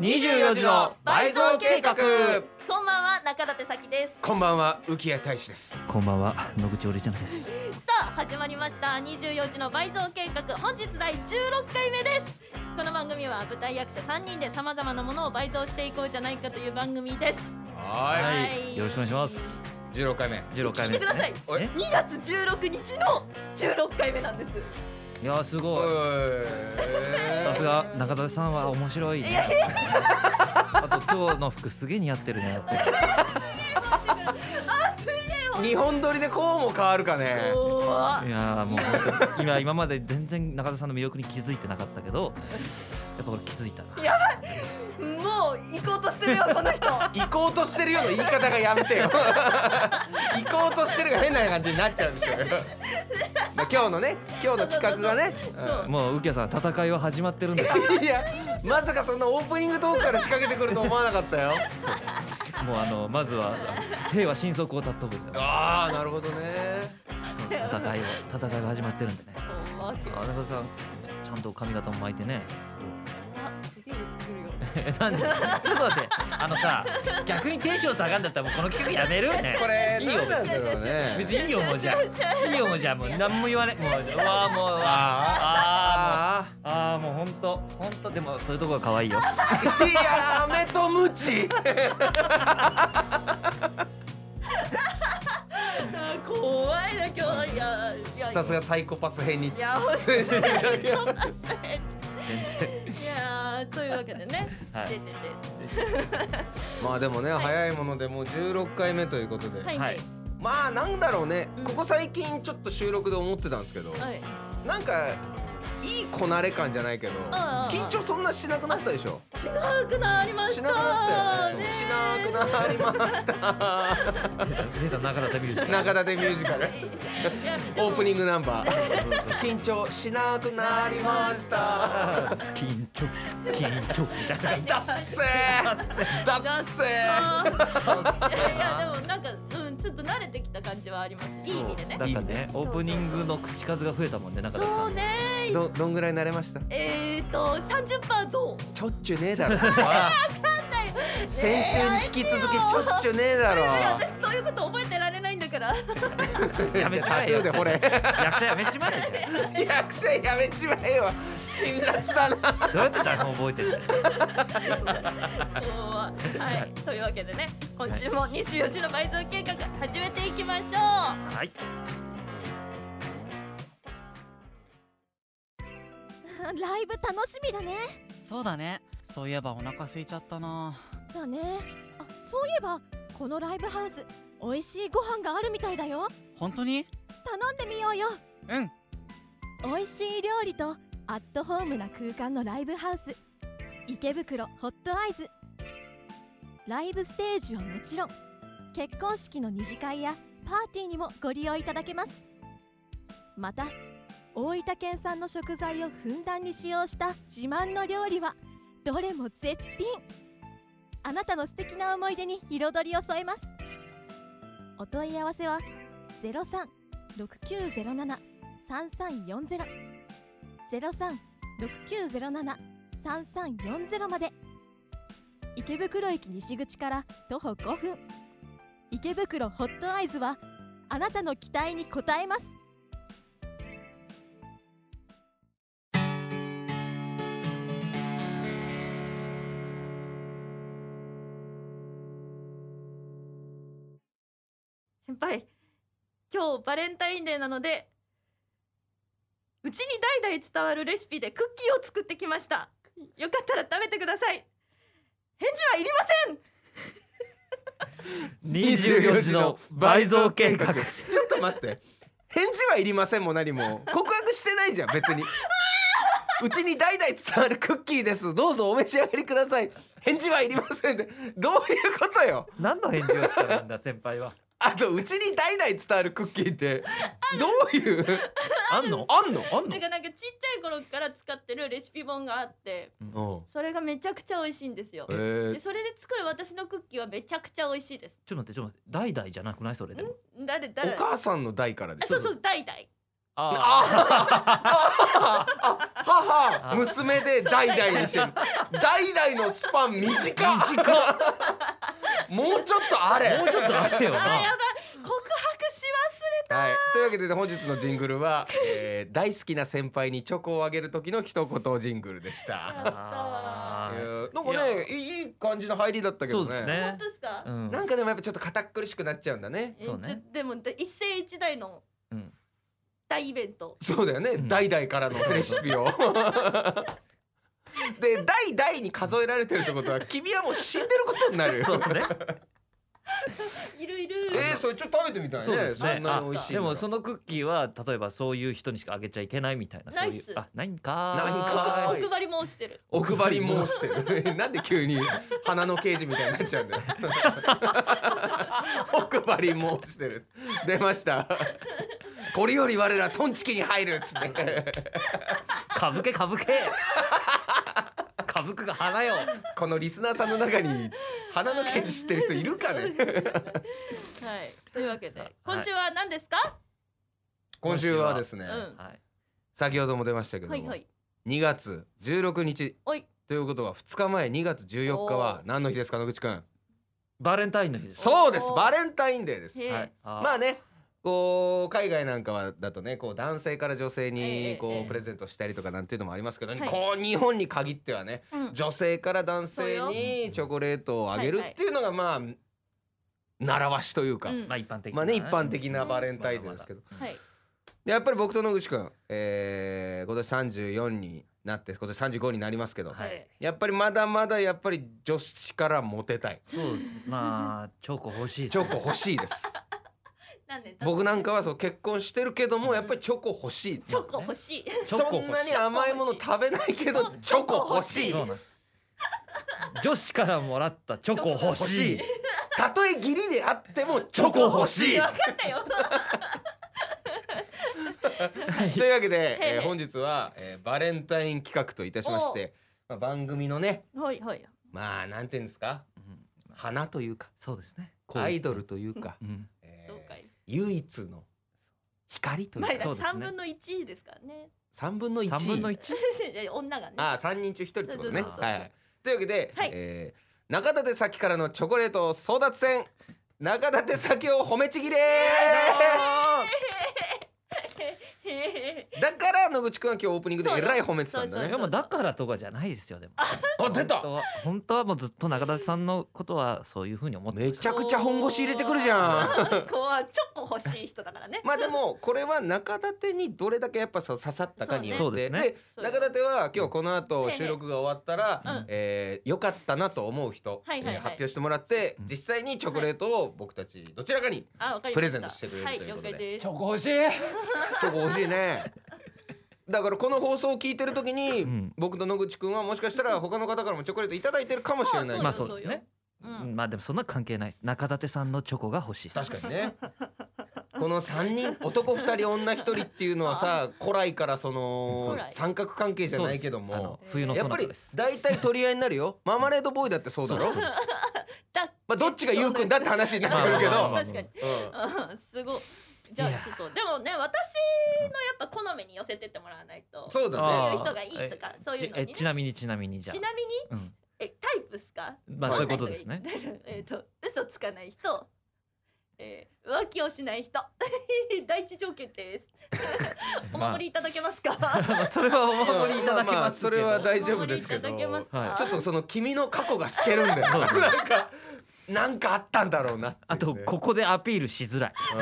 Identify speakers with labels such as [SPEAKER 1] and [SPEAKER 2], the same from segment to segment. [SPEAKER 1] 24時の倍増計画
[SPEAKER 2] こんばんは中立咲です
[SPEAKER 1] こんばんは浮谷大使です
[SPEAKER 3] こんばんは野口織ちゃんです
[SPEAKER 2] さあ始まりました24時の倍増計画本日第16回目ですこの番組は舞台役者3人でさまざまなものを倍増していこうじゃないかという番組です
[SPEAKER 1] は
[SPEAKER 3] はいよろしくお願いします
[SPEAKER 1] い16回目
[SPEAKER 3] 16回目ですね
[SPEAKER 2] 聞いて
[SPEAKER 1] ください
[SPEAKER 3] え
[SPEAKER 2] 2月16日の16回目なんです
[SPEAKER 3] いやーすごい
[SPEAKER 1] さ
[SPEAKER 3] さすが中田さんは面白いねあと今日の服すげえ似合ってるね
[SPEAKER 1] 日本撮りでこうも変わるかね
[SPEAKER 2] おー
[SPEAKER 3] いやーもう本当に今今まで全然中田さんの魅力に気づいてなかったけどやっぱ俺気づいたな
[SPEAKER 2] もう行こうとしてるよこ の人
[SPEAKER 1] 行こうとしてるような言い方がやめ てよ行こうとしてるが変な感じになっちゃうんです よまあ今日のね今日の企画がね
[SPEAKER 2] そう
[SPEAKER 3] もう右京さん戦いは始まってるんだ
[SPEAKER 1] うんいやまさかそんなオープニングトークから仕掛けてくると思わなかったよ
[SPEAKER 3] もうあのまずは兵は真相を尊ぶんだ
[SPEAKER 1] ああなるほどね
[SPEAKER 3] その戦いは戦いは始まってるんでね
[SPEAKER 2] おー
[SPEAKER 3] あ中田さんちゃんと髪型も巻いてね
[SPEAKER 2] あすげえ言ってくるよ
[SPEAKER 3] えなんでちょっと待ってあのさ逆にテンション下がんだったらもうこの企画やめるね
[SPEAKER 1] これ
[SPEAKER 3] いいよ
[SPEAKER 1] 何なんだろうね
[SPEAKER 3] 別にいいよもうじゃあいいよもうじゃあもう何も言わねもううわーもううわあ
[SPEAKER 1] あ
[SPEAKER 3] ーあーもう本当本当でもそういうとこが可愛いよ
[SPEAKER 1] あいやー飴とムチ
[SPEAKER 2] あー怖いな今日はいやいや
[SPEAKER 1] さすがサイコパス編に
[SPEAKER 2] いや本
[SPEAKER 1] 出演していただき
[SPEAKER 2] 当に怖
[SPEAKER 3] 全然
[SPEAKER 2] いいやーというわけでね、
[SPEAKER 3] はい
[SPEAKER 2] 出てて
[SPEAKER 1] まあでもね、
[SPEAKER 2] い
[SPEAKER 1] 早いものでもう16回目ということで、
[SPEAKER 2] はいは
[SPEAKER 3] はいい
[SPEAKER 1] まあなんだろうね、
[SPEAKER 2] うん
[SPEAKER 1] ここ最近ちょっと収録で思ってたんですけど、
[SPEAKER 2] はい
[SPEAKER 1] なんかいいこなれ感じゃないけど、
[SPEAKER 2] ああ
[SPEAKER 1] 緊張そんなしなくなったでしょ
[SPEAKER 2] しなくなりまし
[SPEAKER 1] したなくなったよね
[SPEAKER 2] ね
[SPEAKER 1] しなくなりました
[SPEAKER 3] 出た中田ミュージ
[SPEAKER 1] 中田でミュージカル
[SPEAKER 2] いやでも
[SPEAKER 1] オープニングナンバー
[SPEAKER 3] 緊
[SPEAKER 1] 緊張しなくなりました
[SPEAKER 3] 張緊張みたいな
[SPEAKER 1] ダッセーダッセー
[SPEAKER 2] あ
[SPEAKER 3] そう
[SPEAKER 2] ーいやでもなんかうんちょっと慣れてきた感じはありますいい意味でね
[SPEAKER 3] なんかねオープニングの口数が増えたもんね中田さん
[SPEAKER 2] そうね
[SPEAKER 1] どどんぐらい慣れました
[SPEAKER 2] えーと30%増
[SPEAKER 1] ちょっちゅね えだろ先週に引き続きちょっちゅねえだろ
[SPEAKER 2] 私そういうこと覚えてられないんだから
[SPEAKER 3] やめちまえよ
[SPEAKER 1] タトゥーでほれ
[SPEAKER 3] 役者やめちまえじゃん
[SPEAKER 1] 役者やめちまえよ辛辣だ な
[SPEAKER 3] どうやって台本覚えてるんだよ
[SPEAKER 2] そうはいというわけでね今週も24時の倍増計画始めていきましょう
[SPEAKER 3] はい
[SPEAKER 4] ライブ楽しみだね
[SPEAKER 5] そうだねそういえばお腹空いちゃったな
[SPEAKER 4] だねあそういえばこのライブハウス美味しいご飯があるみたいだよ
[SPEAKER 5] 本当に
[SPEAKER 4] 頼んでみようよ
[SPEAKER 5] うん
[SPEAKER 4] 美味しい料理とアットホームな空間のライブハウス池袋ホットアイズライブステージはもちろん結婚式の二次会やパーティーにもご利用いただけますまた大分県産の食材をふんだんに使用した自慢の料理はどれも絶品あなたの素敵な思い出に彩りを添えますお問い合わせは036907 3340 03-6907-3340まで池袋駅西口から徒歩5分池袋ホットアイズはあなたの期待に応えます
[SPEAKER 2] 先輩今日バレンタインデーなのでうちに代々伝わるレシピでクッキーを作ってきましたよかったら食べてください返事はいりません
[SPEAKER 3] 24時の倍増計画
[SPEAKER 1] ちょっと待って返事はいりませんも何も告白してないじゃん別にうちに代々伝わるクッキーですどうぞお召し上がりください返事はいりませんってどういうことよ
[SPEAKER 3] 何の返事をしたんだ先輩は
[SPEAKER 1] あとうちに代々伝わるクッキーってどういう
[SPEAKER 3] あんの
[SPEAKER 1] あんの
[SPEAKER 3] あん
[SPEAKER 2] なんかなんかちっちゃい頃から使ってるレシピ本があって
[SPEAKER 1] うん
[SPEAKER 2] それがめちゃくちゃ美味しいんですよ
[SPEAKER 1] え
[SPEAKER 2] で
[SPEAKER 1] ー、
[SPEAKER 2] それで作る私のクッキーはめちゃくちゃ美味しいです
[SPEAKER 3] ちょっと待ってちょっと待って代々じゃなくないそれでも
[SPEAKER 2] 誰
[SPEAKER 1] お
[SPEAKER 2] 誰
[SPEAKER 1] 母さんの代からで
[SPEAKER 2] あ
[SPEAKER 1] しょ
[SPEAKER 2] そうそう代々
[SPEAKER 3] あ
[SPEAKER 1] ああ母娘で代々にしてる代々のスパン短短もうちょっとあれ
[SPEAKER 3] あもうちょっとあれよ
[SPEAKER 2] あ
[SPEAKER 3] ない
[SPEAKER 2] ーやば告白します
[SPEAKER 1] はい、というわけで本日のジングルは、えー大好きな先輩にチョコをあげる時の一言ジングルでした。え
[SPEAKER 3] あー
[SPEAKER 1] ーなんかねいい感じの入りだったけど
[SPEAKER 3] そうです
[SPEAKER 1] ね
[SPEAKER 3] ね
[SPEAKER 2] 本当ですか
[SPEAKER 3] う、ん
[SPEAKER 1] なんかでもやっぱちょっと堅苦しくなっちゃうんだね。
[SPEAKER 2] え
[SPEAKER 3] そうね
[SPEAKER 2] ちょでもで一世一代の
[SPEAKER 3] うん
[SPEAKER 2] 大イベント、
[SPEAKER 1] そうだよね、
[SPEAKER 3] うん
[SPEAKER 1] 代々か らのレシピを。 で代々に数えられてるってことは君はもう死んでることになるよ。
[SPEAKER 3] そうね
[SPEAKER 2] いるいる、
[SPEAKER 1] えー、それちょっと食べてみたいね。
[SPEAKER 3] そうですね
[SPEAKER 1] んなに美味しい
[SPEAKER 3] で
[SPEAKER 1] なら
[SPEAKER 3] もそのクッキーは例えばそういう人にしかあげちゃいけないみたいなそう
[SPEAKER 2] ない
[SPEAKER 3] い
[SPEAKER 2] っ
[SPEAKER 3] う
[SPEAKER 2] す
[SPEAKER 3] あないんか
[SPEAKER 1] ないんか
[SPEAKER 2] お配り申してる
[SPEAKER 1] お配り申して るなんで急に花の刑事みたいになっちゃうんだよ お配り申してる出ましたこれより我らトンチキに入るっつって
[SPEAKER 3] かぶけかぶけ かぶくが花よ
[SPEAKER 1] このリスナーさんの中に花の刑事知ってる人いるか
[SPEAKER 2] はい
[SPEAKER 1] ね
[SPEAKER 2] そうですよねはいというわけ
[SPEAKER 3] さ
[SPEAKER 2] で今週は何ですか、
[SPEAKER 1] 今週はですね、
[SPEAKER 2] うん
[SPEAKER 3] はい
[SPEAKER 1] 先ほども出ましたけども、
[SPEAKER 2] はいはい
[SPEAKER 1] 2月16日
[SPEAKER 2] おい
[SPEAKER 1] ということは2日前2月14日は何の日ですか野口くん
[SPEAKER 3] バレンタインの日です
[SPEAKER 1] そうです
[SPEAKER 2] おー
[SPEAKER 1] バレンタインデーです
[SPEAKER 2] へえ
[SPEAKER 3] はいあー
[SPEAKER 1] まあねこう海外なんかはだとねこう男性から女性
[SPEAKER 2] ええ
[SPEAKER 1] に
[SPEAKER 2] え
[SPEAKER 1] こ
[SPEAKER 2] え
[SPEAKER 1] うプレゼントしたりとかなんていうのもありますけど、
[SPEAKER 2] はい
[SPEAKER 1] こう日本に限ってはね
[SPEAKER 2] うん
[SPEAKER 1] 女性から男性
[SPEAKER 2] そう
[SPEAKER 1] にチョコレートをあげ
[SPEAKER 2] は
[SPEAKER 1] る
[SPEAKER 2] いはい
[SPEAKER 1] っていうのがまあ習わしというか、
[SPEAKER 2] うん
[SPEAKER 3] まあ一般的な
[SPEAKER 1] まあね一般的なバレンタインデーですけど、
[SPEAKER 2] はい
[SPEAKER 1] でやっぱり僕と野口くん、えー今年34になって今年35になりますけど、
[SPEAKER 3] はい
[SPEAKER 1] やっぱりまだまだやっぱり女子からモテたい
[SPEAKER 3] そうですまあチョコ欲しいです
[SPEAKER 1] チ
[SPEAKER 3] ね
[SPEAKER 1] ョコ欲しい です。
[SPEAKER 2] 何年経った
[SPEAKER 1] 僕なんかはそう結婚してるけどもやっぱりチョコ欲しい
[SPEAKER 2] チョコ欲しい
[SPEAKER 3] チョコ欲しい
[SPEAKER 1] そんなに甘いもの食べないけどチョコ欲しい
[SPEAKER 3] そうなんです女子からもらったチョコ欲しい
[SPEAKER 1] たとえ義理であってもチョコ欲しい
[SPEAKER 2] 分かったよ
[SPEAKER 1] というわけで、
[SPEAKER 2] へいへい
[SPEAKER 1] えー本日は、えーバレンタイン企画といたしまして、まあ、番組のね
[SPEAKER 2] はいはい
[SPEAKER 1] まあなんていうんですか
[SPEAKER 3] うん
[SPEAKER 1] 花というか
[SPEAKER 3] そうですね
[SPEAKER 1] アイドルというか、
[SPEAKER 3] うん
[SPEAKER 1] えー
[SPEAKER 2] そうかい
[SPEAKER 1] 唯一の光という
[SPEAKER 2] 前
[SPEAKER 1] か
[SPEAKER 2] だ
[SPEAKER 3] そうですね
[SPEAKER 2] 3分の1ですからね
[SPEAKER 1] 3分の1
[SPEAKER 3] 3分の1
[SPEAKER 2] 女がね
[SPEAKER 1] ああ3人中1人ってことね
[SPEAKER 3] そうそうそうそう
[SPEAKER 1] はいというわけで、
[SPEAKER 2] はい
[SPEAKER 1] えー中立て先からのチョコレート争奪戦中立て先を褒めちぎれ
[SPEAKER 2] へへへ
[SPEAKER 1] だから野口くんは今日オープニングでえらい褒めてたんだ
[SPEAKER 2] そう
[SPEAKER 1] ね
[SPEAKER 3] でもだからとかじゃないですよでも
[SPEAKER 1] あ出
[SPEAKER 3] 本
[SPEAKER 1] た
[SPEAKER 3] 当は本当はもうずっと中田さんのことはそういうふうに思って
[SPEAKER 1] めちゃくちゃ本腰入れてくるじゃん
[SPEAKER 2] こはチョコ欲しい人だからね
[SPEAKER 1] まあでもこれは中立にどれだけやっぱそう刺さったかによって
[SPEAKER 3] そうですね
[SPEAKER 2] そう
[SPEAKER 1] 中立は今日この後
[SPEAKER 2] ええ
[SPEAKER 1] 収録が終わったら、
[SPEAKER 2] うん
[SPEAKER 1] えー良かったなと思う人、
[SPEAKER 2] はいはいはい
[SPEAKER 1] えー発表してもらって、
[SPEAKER 3] うん
[SPEAKER 1] 実際にチョコレートを僕たちどちらかに
[SPEAKER 2] あわかりまし
[SPEAKER 1] プレゼ
[SPEAKER 2] た
[SPEAKER 1] ントしてくれる
[SPEAKER 2] はい
[SPEAKER 1] という
[SPEAKER 2] 了
[SPEAKER 1] ことで
[SPEAKER 2] 解です
[SPEAKER 5] ョコ欲しい
[SPEAKER 1] チョコ欲しいね。だからこの放送を聞いてる時に、
[SPEAKER 3] うん
[SPEAKER 1] 僕と野口くんはもしかしたら他の方からもチョコレートいただいてるかもしれない。
[SPEAKER 3] まあそうですね
[SPEAKER 2] う
[SPEAKER 3] うんんまあでもそんな関係ないです中立さんのチョコが欲しいです
[SPEAKER 1] 確かにね。この三人男二人女一人っていうのは さ古来からそ
[SPEAKER 2] 古
[SPEAKER 1] の
[SPEAKER 2] 来
[SPEAKER 1] 三角関係じゃないけど
[SPEAKER 3] そうですあ
[SPEAKER 1] も
[SPEAKER 3] の冬の
[SPEAKER 1] やっ
[SPEAKER 3] ソナ
[SPEAKER 1] ぱ
[SPEAKER 3] タ
[SPEAKER 1] り
[SPEAKER 3] です
[SPEAKER 1] 大体取り合いになるよマーマレードボーイだってそうだろ
[SPEAKER 3] そうそう
[SPEAKER 2] だ
[SPEAKER 1] まあどっちが優くんだって話になってくるけ
[SPEAKER 3] まあ
[SPEAKER 1] ど
[SPEAKER 3] まあまあ
[SPEAKER 2] 確かに
[SPEAKER 1] うん
[SPEAKER 2] うんすごいじゃあ
[SPEAKER 3] いや
[SPEAKER 2] ちょっとでもね私のやっぱ好みに寄せてってもらわないと
[SPEAKER 1] そう
[SPEAKER 2] こ
[SPEAKER 1] だ
[SPEAKER 2] ういう
[SPEAKER 1] ね
[SPEAKER 2] 人がいいとかそういうの
[SPEAKER 3] え
[SPEAKER 2] にね
[SPEAKER 3] ちなみにちなみにじゃ
[SPEAKER 2] ちなみに
[SPEAKER 3] あうん
[SPEAKER 2] えタイプっすか
[SPEAKER 3] まあ
[SPEAKER 1] はい
[SPEAKER 3] そういうことですね
[SPEAKER 2] えっと嘘つかない人えー浮気をしない人 第一条件ですお
[SPEAKER 3] まあ
[SPEAKER 2] 守りいただけますか
[SPEAKER 3] まあそれはお守りいただけ
[SPEAKER 1] まあまあ
[SPEAKER 3] ます
[SPEAKER 1] それは
[SPEAKER 3] けど
[SPEAKER 1] 大丈夫ですけど
[SPEAKER 2] お守りいただけますか
[SPEAKER 3] はい
[SPEAKER 1] ちょっとその君の過去が透けるんだ よ
[SPEAKER 3] そう
[SPEAKER 1] な
[SPEAKER 3] で
[SPEAKER 1] ん
[SPEAKER 3] すね
[SPEAKER 1] かなんかあったんだろうなっていう
[SPEAKER 3] あと
[SPEAKER 1] ね
[SPEAKER 3] ここでアピールしづらい
[SPEAKER 1] うん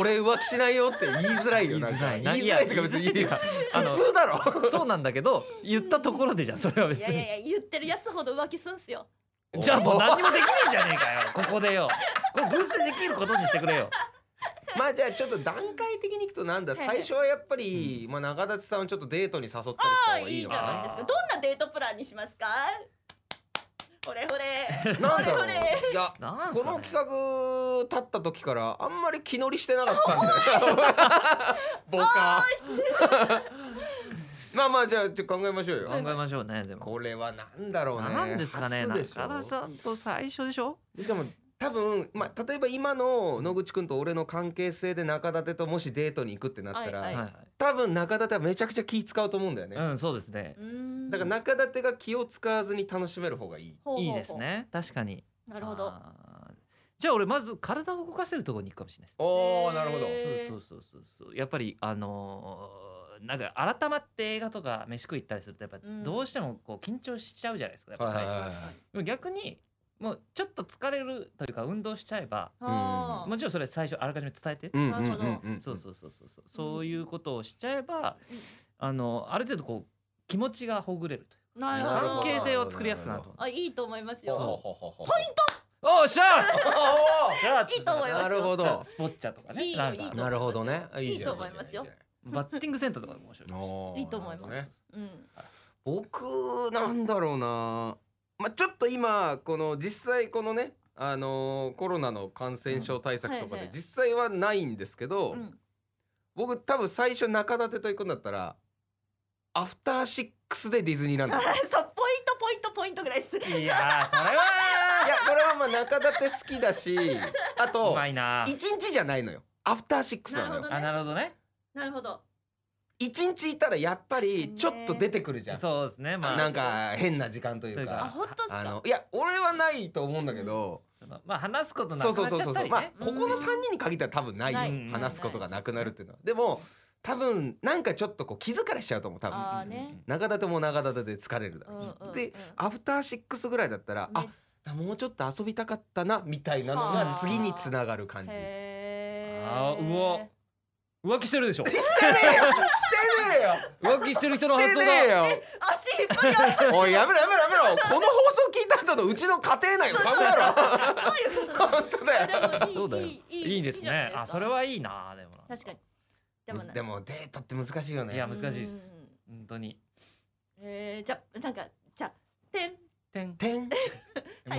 [SPEAKER 1] 俺浮気しないよって言いづらいよなんか言いづらいっていうか別に言い
[SPEAKER 3] やあ
[SPEAKER 1] 普
[SPEAKER 3] の
[SPEAKER 1] 通だろ
[SPEAKER 3] そうなんだけど言ったところでじゃんそれは別
[SPEAKER 2] いやい
[SPEAKER 3] に
[SPEAKER 2] やいや言ってるやつほど浮気すんすよ
[SPEAKER 3] じゃあもう何にもできないじゃねえかよここでよこれ偶然できることにしてくれよ
[SPEAKER 1] まあじゃあちょっと段階的にいくとなんだ
[SPEAKER 2] はいはい
[SPEAKER 1] 最初はやっぱり、まあ、中立さんをちょっとデートに誘ったりした
[SPEAKER 2] ああ
[SPEAKER 1] 方が
[SPEAKER 2] い
[SPEAKER 1] い
[SPEAKER 2] い
[SPEAKER 1] い
[SPEAKER 2] じ
[SPEAKER 1] の
[SPEAKER 2] ゃ
[SPEAKER 1] かな
[SPEAKER 2] ないですかどんなデートプランにしますかほれほれ
[SPEAKER 1] なんだろ
[SPEAKER 2] こ
[SPEAKER 1] う
[SPEAKER 2] れ
[SPEAKER 1] いや
[SPEAKER 3] なんす
[SPEAKER 1] こ
[SPEAKER 3] かね
[SPEAKER 1] の企画立った時からあんまり気乗りしてなかったんだよ ボカ まあまあじゃあちょっと考えましょうよ
[SPEAKER 3] 考えましょうねでも
[SPEAKER 1] これはなんだろうね
[SPEAKER 3] なんですかね
[SPEAKER 1] 初
[SPEAKER 3] 中
[SPEAKER 1] でしょ
[SPEAKER 3] 田さんと最初でしょ
[SPEAKER 1] しかも多分、まあ、例えば今の野口くんと俺の関係性で中立ともしデートに行くってなったら、
[SPEAKER 2] はい
[SPEAKER 3] はい
[SPEAKER 1] 多分中立はめちゃくちゃ気使うと思うんだよね、
[SPEAKER 3] うんそうですね
[SPEAKER 2] うーん
[SPEAKER 1] だから中立が気を使わずに楽しめる方がいい
[SPEAKER 2] ほうほうほう
[SPEAKER 3] いいですね確かに
[SPEAKER 2] なるほど
[SPEAKER 3] あーじゃあ俺まず体を動かせるところに行くかもしれないです
[SPEAKER 1] お
[SPEAKER 2] へ
[SPEAKER 1] ー
[SPEAKER 2] ー
[SPEAKER 1] なるほど
[SPEAKER 2] へー
[SPEAKER 3] そうそうそうそうそうやっぱりあのーなんか改まって映画とか飯食い行ったりするとやっぱ
[SPEAKER 2] うん
[SPEAKER 3] どうしてもこう緊張しちゃうじゃないですかやっぱ
[SPEAKER 1] はい
[SPEAKER 3] 最
[SPEAKER 1] はい
[SPEAKER 3] 初、
[SPEAKER 1] はいはい
[SPEAKER 3] でも逆にもうちょっと疲れるというか運動しちゃえば
[SPEAKER 2] はあ
[SPEAKER 3] もちろんそれ最初あらかじめ伝えて、
[SPEAKER 1] うんうん
[SPEAKER 2] なるほど
[SPEAKER 1] うんうん
[SPEAKER 3] そうそうそうそうそうそういうことをしちゃえば、あのある程度こう気持ちがほぐれるという
[SPEAKER 2] なる
[SPEAKER 1] なる
[SPEAKER 2] ほ
[SPEAKER 1] ほど
[SPEAKER 3] 関
[SPEAKER 2] ど
[SPEAKER 3] 係性を作りやすくなると思う
[SPEAKER 2] あいいと思います
[SPEAKER 1] ほうほう
[SPEAKER 2] よ
[SPEAKER 1] ほうほうほうポイン
[SPEAKER 3] おっしゃ
[SPEAKER 1] ト
[SPEAKER 3] じゃあ
[SPEAKER 2] いいと思います
[SPEAKER 1] なるほど
[SPEAKER 3] スポッチャとかね
[SPEAKER 2] いい
[SPEAKER 3] なん
[SPEAKER 2] いい
[SPEAKER 3] か
[SPEAKER 2] と思う
[SPEAKER 1] なるほどねあいいじゃん
[SPEAKER 2] いいと思いますよ
[SPEAKER 3] バッティングセンターとかでも面白い
[SPEAKER 1] おー
[SPEAKER 2] いいと思い
[SPEAKER 1] なる
[SPEAKER 2] ま
[SPEAKER 1] ほ
[SPEAKER 2] す、
[SPEAKER 1] どね
[SPEAKER 2] うん
[SPEAKER 1] 僕なんだろうなまあちょっと今この実際このねあのーコロナの感染症対策と
[SPEAKER 2] うん
[SPEAKER 1] か
[SPEAKER 2] はい
[SPEAKER 1] で
[SPEAKER 2] はい
[SPEAKER 1] 実際はないんですけど、
[SPEAKER 2] うん
[SPEAKER 1] 僕多分最初中立と行くんだったらアフターシックスでディズニーランドいや
[SPEAKER 2] そうポイントポイントポイントぐらいです
[SPEAKER 3] いやーそれは
[SPEAKER 1] これはまあ中立好きだしあ
[SPEAKER 3] う
[SPEAKER 1] と
[SPEAKER 3] まいな
[SPEAKER 1] 一日じゃないのよアフターシックスなの
[SPEAKER 2] な
[SPEAKER 1] よ
[SPEAKER 2] るほど
[SPEAKER 3] あなるほどね
[SPEAKER 2] なるほど
[SPEAKER 1] 一日いたらやっぱりちょっと出てくるじゃん、
[SPEAKER 3] そうですねまあ
[SPEAKER 1] なんか変な時間とい
[SPEAKER 3] といううか
[SPEAKER 2] あ
[SPEAKER 1] か
[SPEAKER 2] 本当です
[SPEAKER 1] あの
[SPEAKER 2] か
[SPEAKER 1] いや俺はないと思うんだけど、
[SPEAKER 3] そのまあ話すことな
[SPEAKER 1] そう
[SPEAKER 3] くな
[SPEAKER 1] そう
[SPEAKER 3] っ
[SPEAKER 1] そう
[SPEAKER 3] ちゃ
[SPEAKER 1] そう
[SPEAKER 3] っ
[SPEAKER 1] そ
[SPEAKER 3] た
[SPEAKER 1] う、
[SPEAKER 3] り
[SPEAKER 1] まあ
[SPEAKER 3] ね
[SPEAKER 1] ここの3人に限っては多分ないよ
[SPEAKER 2] ない
[SPEAKER 1] 話すことがなくなるっていうのはでも多分なんかちょっとこう気づかれしちゃうと思う多分
[SPEAKER 2] あーね
[SPEAKER 1] 長立も長立で疲れるだ
[SPEAKER 2] う
[SPEAKER 1] ろう、
[SPEAKER 2] んうんうん
[SPEAKER 1] でアフターシックスぐらいだったら、
[SPEAKER 2] ね
[SPEAKER 1] あもうちょっと遊びたかったなみたいなのが次につながる感じ、
[SPEAKER 2] へ
[SPEAKER 3] あーうお浮気してるでしょ
[SPEAKER 1] してねえよしてね
[SPEAKER 3] 浮気してる人の
[SPEAKER 1] えよし
[SPEAKER 3] 発想
[SPEAKER 1] てね
[SPEAKER 3] だ
[SPEAKER 1] えよ
[SPEAKER 2] 足引っ張り合う
[SPEAKER 1] おいやめろやめろやめろこの放送聞いた後のうちの家庭内を考 え
[SPEAKER 2] どういう
[SPEAKER 1] ろ
[SPEAKER 2] ことなの
[SPEAKER 1] 本当だよ
[SPEAKER 2] あで
[SPEAKER 3] そ
[SPEAKER 2] も
[SPEAKER 3] うだよいいです
[SPEAKER 2] じゃな
[SPEAKER 3] ねあそれ
[SPEAKER 2] い
[SPEAKER 3] はいいなでも
[SPEAKER 2] です確かに
[SPEAKER 1] で
[SPEAKER 2] でも
[SPEAKER 1] も
[SPEAKER 2] な
[SPEAKER 1] デートって難しいよね
[SPEAKER 3] いや難しいです
[SPEAKER 2] うん
[SPEAKER 3] 本当に
[SPEAKER 2] えー、じゃなんかじゃてんプ
[SPEAKER 3] 点
[SPEAKER 1] 点
[SPEAKER 2] はい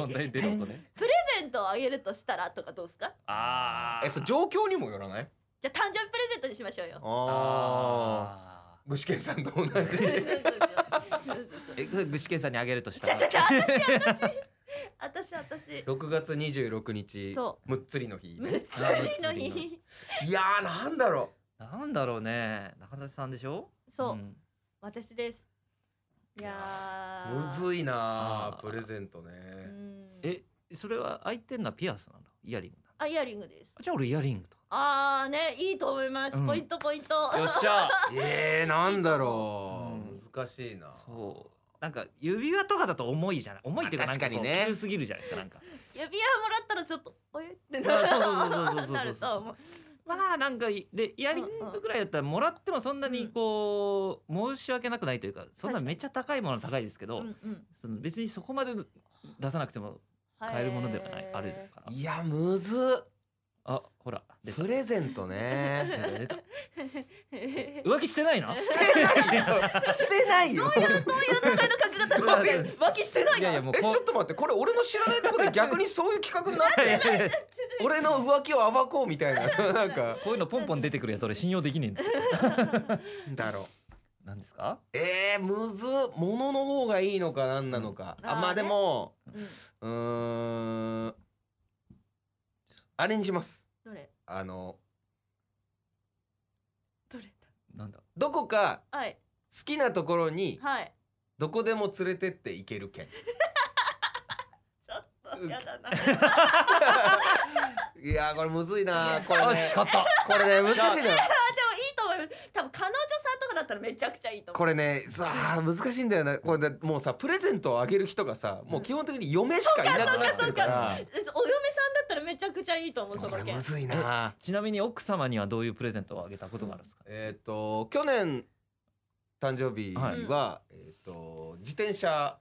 [SPEAKER 3] 問題出ることね
[SPEAKER 2] レゼントをあげるとしたらとかどうですか
[SPEAKER 3] あー
[SPEAKER 1] えそう状況にもよらない
[SPEAKER 2] じゃ誕生日プレゼントにしましょうよ
[SPEAKER 1] ああ
[SPEAKER 3] あ
[SPEAKER 1] 具志堅さんと同じ
[SPEAKER 2] そ うそうそうそ う
[SPEAKER 3] ーえ具志堅さんにあげるとした
[SPEAKER 2] ちゃ
[SPEAKER 3] ら
[SPEAKER 2] ちゃちゃ私私私
[SPEAKER 1] 6月26日
[SPEAKER 2] そ
[SPEAKER 1] むっつりの日
[SPEAKER 2] う
[SPEAKER 1] ね
[SPEAKER 2] むっつりの
[SPEAKER 1] むっつり
[SPEAKER 2] 日
[SPEAKER 1] の日いやーなんだろ
[SPEAKER 3] なんだろうね中田さんでしょ
[SPEAKER 2] そう、
[SPEAKER 3] ん
[SPEAKER 2] 私ですいや
[SPEAKER 1] う
[SPEAKER 2] ー
[SPEAKER 1] むずいな
[SPEAKER 3] あー
[SPEAKER 1] ープレゼント
[SPEAKER 2] う
[SPEAKER 1] ね
[SPEAKER 2] ん
[SPEAKER 3] えそれは開いてんのはピアスなんだイヤリングなんだ
[SPEAKER 2] あイヤリングです
[SPEAKER 3] あじゃあ俺イヤリングと
[SPEAKER 2] あーねいいと思います、
[SPEAKER 3] うん
[SPEAKER 2] ポイントポイント
[SPEAKER 3] っしゃ
[SPEAKER 1] えー、なんだろう、
[SPEAKER 3] うん
[SPEAKER 1] 難しいな
[SPEAKER 3] そうなんか指輪とかだと重いじゃない重いっていうかなんかこ
[SPEAKER 1] まあ確
[SPEAKER 3] う
[SPEAKER 1] かにね
[SPEAKER 3] 急すぎるじゃないですかなんか
[SPEAKER 2] 指輪もらったらちょっとおえってなる
[SPEAKER 3] あ そうそうそうそうそうそうそう
[SPEAKER 2] なると思う
[SPEAKER 3] まあなんかいでイヤリングぐらいだったらもらってもそんなにこう、申し訳なくないというかそんなめっちゃ高いものは高いですけど、
[SPEAKER 2] うんうん
[SPEAKER 3] その別にそこまで出さなくても買えるものではない、
[SPEAKER 2] へー
[SPEAKER 3] ある から
[SPEAKER 1] いやむず
[SPEAKER 3] あほら出た
[SPEAKER 1] プレゼントね
[SPEAKER 3] 出た出た浮気してないな
[SPEAKER 1] してないよしてないよ
[SPEAKER 2] どういう戦いのかけ 方してる浮気してない
[SPEAKER 3] いやいやもう
[SPEAKER 1] えちょ
[SPEAKER 3] こ
[SPEAKER 1] っと待ってこれ俺の知らないところで逆にそういう企画になっ
[SPEAKER 3] いや
[SPEAKER 1] て
[SPEAKER 3] いやいや
[SPEAKER 1] 俺の浮気を暴こうみたいなそうなんか
[SPEAKER 3] こういうのポンポン出てくるやつ俺信用できねえんですよ
[SPEAKER 1] だろう
[SPEAKER 3] なんですか
[SPEAKER 1] えー、むずっ物の方がいいのか何なのか、
[SPEAKER 2] うん
[SPEAKER 1] あ
[SPEAKER 2] あー
[SPEAKER 1] まあでも
[SPEAKER 2] う
[SPEAKER 1] うー
[SPEAKER 2] ん
[SPEAKER 1] んあれにします
[SPEAKER 2] どれ
[SPEAKER 1] あの
[SPEAKER 2] どれ
[SPEAKER 3] なんだ
[SPEAKER 1] どこか
[SPEAKER 2] はい
[SPEAKER 1] 好きなところに
[SPEAKER 2] はい
[SPEAKER 1] どこでも連れてっていける 券
[SPEAKER 2] ちょっとやだない
[SPEAKER 1] やーこれむずいなーこれ、ね、
[SPEAKER 3] よし勝った
[SPEAKER 1] これね難しいのよ
[SPEAKER 2] でもいいと思います多分彼女さんとかだったらめちゃくちゃいいと思
[SPEAKER 1] こ
[SPEAKER 2] う
[SPEAKER 1] れねさあ難しいんだよねこれねもうさプレゼントをあげる人がさもう基本的に嫁しかいなくなってるから
[SPEAKER 2] お嫁さんだったらめちゃくちゃいいと思うそ
[SPEAKER 1] こ
[SPEAKER 2] の
[SPEAKER 1] れ
[SPEAKER 2] 件
[SPEAKER 1] むずいなー
[SPEAKER 3] ちなみに奥様にはどういうプレゼントをあげたことがあるんですか、
[SPEAKER 1] えっ、と去年誕生日は、えっ、と自転車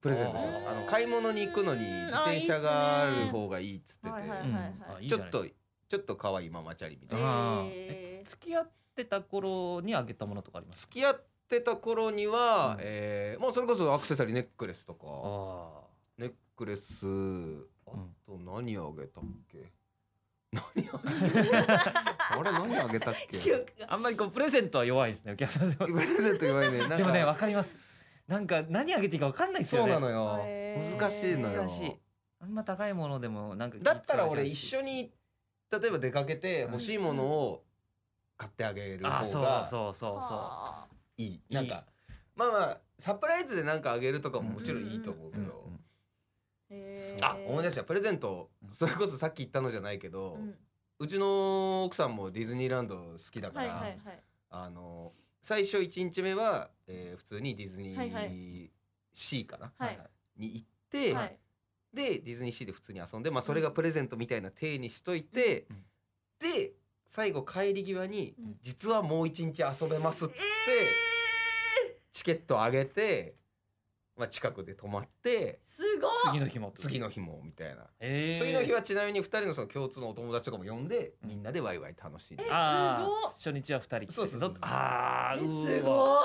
[SPEAKER 1] プレゼントしました。
[SPEAKER 3] あ
[SPEAKER 1] あ
[SPEAKER 3] ー
[SPEAKER 1] の買い物に行くのに自転車がある方がいいっつってて、
[SPEAKER 2] あいいっすねはい
[SPEAKER 3] うん
[SPEAKER 2] はい
[SPEAKER 3] あいいじ
[SPEAKER 1] ち
[SPEAKER 3] ゃ
[SPEAKER 1] ょ
[SPEAKER 3] な
[SPEAKER 1] っ
[SPEAKER 3] いですか
[SPEAKER 1] とちょっと可愛いママチャリみたいな。
[SPEAKER 3] あー
[SPEAKER 2] えー
[SPEAKER 3] 付き合ってた頃にあげたものとかあります
[SPEAKER 1] 付き合ってた頃には、
[SPEAKER 3] うん
[SPEAKER 1] えーもうそれこそアクセサリーネックレスと
[SPEAKER 3] あ
[SPEAKER 1] か
[SPEAKER 3] あ
[SPEAKER 1] ネックレスあと何あげたっけ？何あげた？あれ何あげたっけ？
[SPEAKER 2] 記憶が
[SPEAKER 3] あんまりこうプレゼントは弱いですねお客さんで
[SPEAKER 1] プレゼント言われね。なんか
[SPEAKER 3] もねわかりますなんか何あげていいかわかんないです
[SPEAKER 1] そ
[SPEAKER 3] よ
[SPEAKER 1] う
[SPEAKER 3] ね
[SPEAKER 1] なのよ。
[SPEAKER 2] へー
[SPEAKER 1] 難しいのよ。
[SPEAKER 3] 難しいあんま高いものでもなんか
[SPEAKER 1] だったら俺
[SPEAKER 3] 気遣い
[SPEAKER 1] 一
[SPEAKER 3] しちゃうし
[SPEAKER 1] 緒に例えば出かけて欲しいものを買ってあげる
[SPEAKER 3] あ
[SPEAKER 1] 方
[SPEAKER 3] そう
[SPEAKER 1] が
[SPEAKER 3] そうそうそ
[SPEAKER 2] はい
[SPEAKER 1] い
[SPEAKER 3] あ
[SPEAKER 1] なんかまあまあサプライズでなんかあげるとかももちろんいいと思う
[SPEAKER 3] う、
[SPEAKER 1] けど、
[SPEAKER 3] うん
[SPEAKER 2] あへー
[SPEAKER 1] あ思い出したプレゼントそれこそさっき言ったのじゃないけど、
[SPEAKER 2] う
[SPEAKER 1] うんちの奥さんもディズニーランド好きだか
[SPEAKER 2] はい
[SPEAKER 1] ら、
[SPEAKER 2] はいはい
[SPEAKER 1] あの最初1日目は、えー普通にディズニ
[SPEAKER 2] はいは
[SPEAKER 1] ーシーかな、
[SPEAKER 2] はい
[SPEAKER 1] に行って、
[SPEAKER 2] はい
[SPEAKER 1] でディズニーシーで普通に遊んで、まあ、それがプレゼントみたいな体にしといて、
[SPEAKER 3] うん
[SPEAKER 1] で最後帰り際に、
[SPEAKER 2] うん
[SPEAKER 1] 実はもう一日遊べます」っつって、チケットあげて、まあ、近くで泊まって
[SPEAKER 2] すごい
[SPEAKER 3] 次の日も
[SPEAKER 1] 次の日もみたいな、
[SPEAKER 3] えー
[SPEAKER 1] 次の日はちなみに2人のその共通のお友達とかも呼んで、
[SPEAKER 3] うん
[SPEAKER 1] みんなでワイワイ楽しんで。
[SPEAKER 3] ああ
[SPEAKER 2] す
[SPEAKER 3] 初日は二人
[SPEAKER 1] そうそうそうそう
[SPEAKER 3] ああ
[SPEAKER 2] え
[SPEAKER 3] うーわ
[SPEAKER 2] すご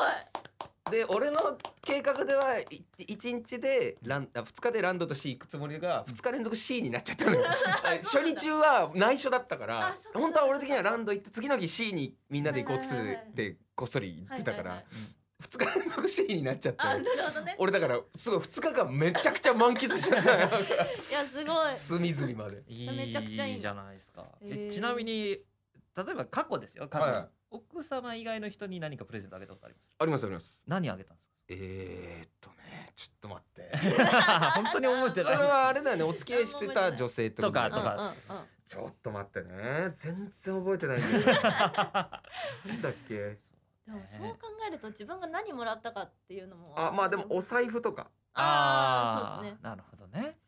[SPEAKER 2] い
[SPEAKER 1] で俺の計画では1日でランあ2日でランドと C 行くつもりが2日連続 C になっちゃった のよあ初日中は内緒だったか
[SPEAKER 2] あ
[SPEAKER 1] ら
[SPEAKER 2] そっか
[SPEAKER 1] 本当は俺的にはランド行って次の日 C にみんなで行こうっつっ
[SPEAKER 2] はいはいはいはい
[SPEAKER 1] てこっそり行ってたか
[SPEAKER 2] はい
[SPEAKER 1] ら
[SPEAKER 2] は
[SPEAKER 1] 2日連続 C になっちゃっ
[SPEAKER 2] あな
[SPEAKER 1] て
[SPEAKER 2] るほどね
[SPEAKER 1] 俺だからすごい2日間めちゃくちゃ満喫しちゃ ったのよ
[SPEAKER 2] いやすごい
[SPEAKER 1] 隅々まで。
[SPEAKER 3] い
[SPEAKER 2] それめちゃくちゃいいない
[SPEAKER 3] じゃないですか。え
[SPEAKER 2] へー
[SPEAKER 3] ちなみに例えば過去ですよ。過去、
[SPEAKER 1] はいはい
[SPEAKER 3] 奥様以外の人に何かプレゼントあげたことあります。
[SPEAKER 1] ありますあります。
[SPEAKER 3] 何あげたんです
[SPEAKER 1] えー、っとねちょっと待って
[SPEAKER 3] か。 本当に覚えて
[SPEAKER 1] そ
[SPEAKER 3] な
[SPEAKER 1] れ
[SPEAKER 3] い。
[SPEAKER 1] はあれだよねお付き合いしてた女性ってことだよね
[SPEAKER 3] とか
[SPEAKER 2] うんうんうん
[SPEAKER 1] ちょっと待ってね全然覚えてないん だよなんだっけ
[SPEAKER 2] でもそう考えると自分が何もらったかっていうのも
[SPEAKER 1] あまあでもお財布とか
[SPEAKER 2] ああそうですね
[SPEAKER 3] なるほどね。